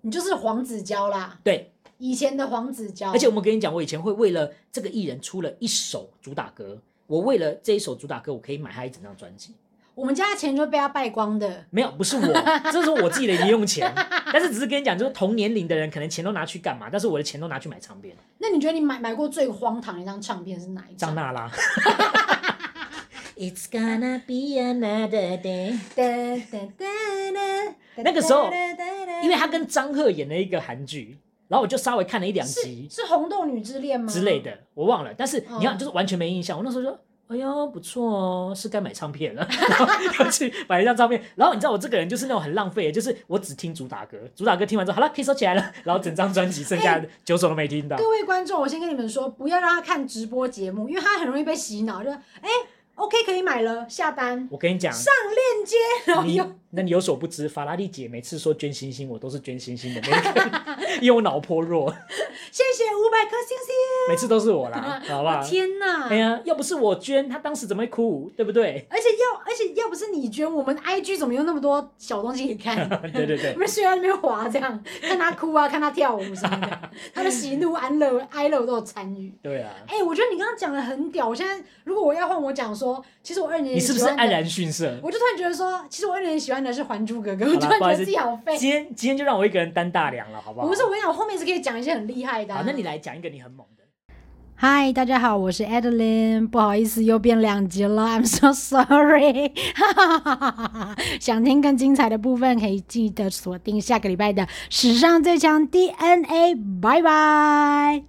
Speaker 1: 你就是黄子佼啦，
Speaker 2: 对，
Speaker 1: 以前的黄子佼。
Speaker 2: 而且我们跟你讲，我以前会为了这个艺人出了一首主打歌，我为了这一首主打歌，我可以买他一整张专辑。
Speaker 1: 我们家的钱就被他败光的。
Speaker 2: 没有，不是我， *laughs* 这是我自己的零用钱。但是只是跟你讲，就是同年龄的人可能钱都拿去干嘛，但是我的钱都拿去买唱片。
Speaker 1: 那你觉得你买买过最荒唐的一张唱片是哪一张？
Speaker 2: 张娜拉。It's gonna be another day。那个时候因为他跟张赫演了一个韩剧，然后我就稍微看了一两集
Speaker 1: 是是红豆女之恋吗？
Speaker 2: 之类。的，我忘了。但是你看，
Speaker 1: 嗯
Speaker 2: 就是完全没印象。我那时候就。哎呦，不错哦，是该买唱片了， *laughs* 然后就去买了一张唱片。然后你知道我这个人就是那种很浪费的，就是我只听主打歌，主打歌听完之后，好了，可以收起来了，然后整张专辑剩下的九首都没听到。
Speaker 1: 哎各位观众，我先跟你们说，不要让他看直播节目，因为他很容易被洗脑，就哎，OK 可以买了，下单
Speaker 2: 我跟你讲，
Speaker 1: 上链接，然后
Speaker 2: 你
Speaker 1: 又
Speaker 2: 那你有所不知，法拉利姐每次说捐星星，我都是捐星星的那个， *laughs* 因为我脑波弱，
Speaker 1: 谢谢五百颗星星，
Speaker 2: 每次都是我啦，好不好
Speaker 1: 我？天哪！
Speaker 2: 哎呀，要不是我捐，她当时怎么会哭，对不对？ *laughs*
Speaker 1: 而且要，而且要不是你捐，我们 IG 怎么有那么多小东西可以看？
Speaker 2: 对对
Speaker 1: 我
Speaker 2: 对，
Speaker 1: 们睡在那边滑，这样看他哭啊，看 *laughs* 他跳舞什么
Speaker 2: *laughs*
Speaker 1: 的，他的喜怒哀乐哀乐我都有参与。
Speaker 2: 对
Speaker 1: *laughs*
Speaker 2: 啊，
Speaker 1: 哎、我觉得你刚刚讲的很屌。我现在如果我要换我讲说，其实我二年
Speaker 2: 你
Speaker 1: 级
Speaker 2: 是不
Speaker 1: 喜
Speaker 2: 是
Speaker 1: 欢的
Speaker 2: 黯然逊色？
Speaker 1: 我就突然觉得说，其实我二年级喜欢的是《还珠格格》，
Speaker 2: 好
Speaker 1: 我
Speaker 2: 啦
Speaker 1: 突然觉
Speaker 2: 不好意
Speaker 1: 得
Speaker 2: 思
Speaker 1: 自己好废。
Speaker 2: 今天今天就让我一个人担大梁了，好不好？
Speaker 1: 不是，我跟你讲，我后面是可以讲一些很厉害的、啊
Speaker 2: 好，那你。来讲一个你很猛的。
Speaker 1: 嗨，大家好，我是 Adeline，不好意思又变两集了，I'm so sorry。想听更精彩的部分，可以记得锁定下个礼拜的史上最强 DNA，拜拜。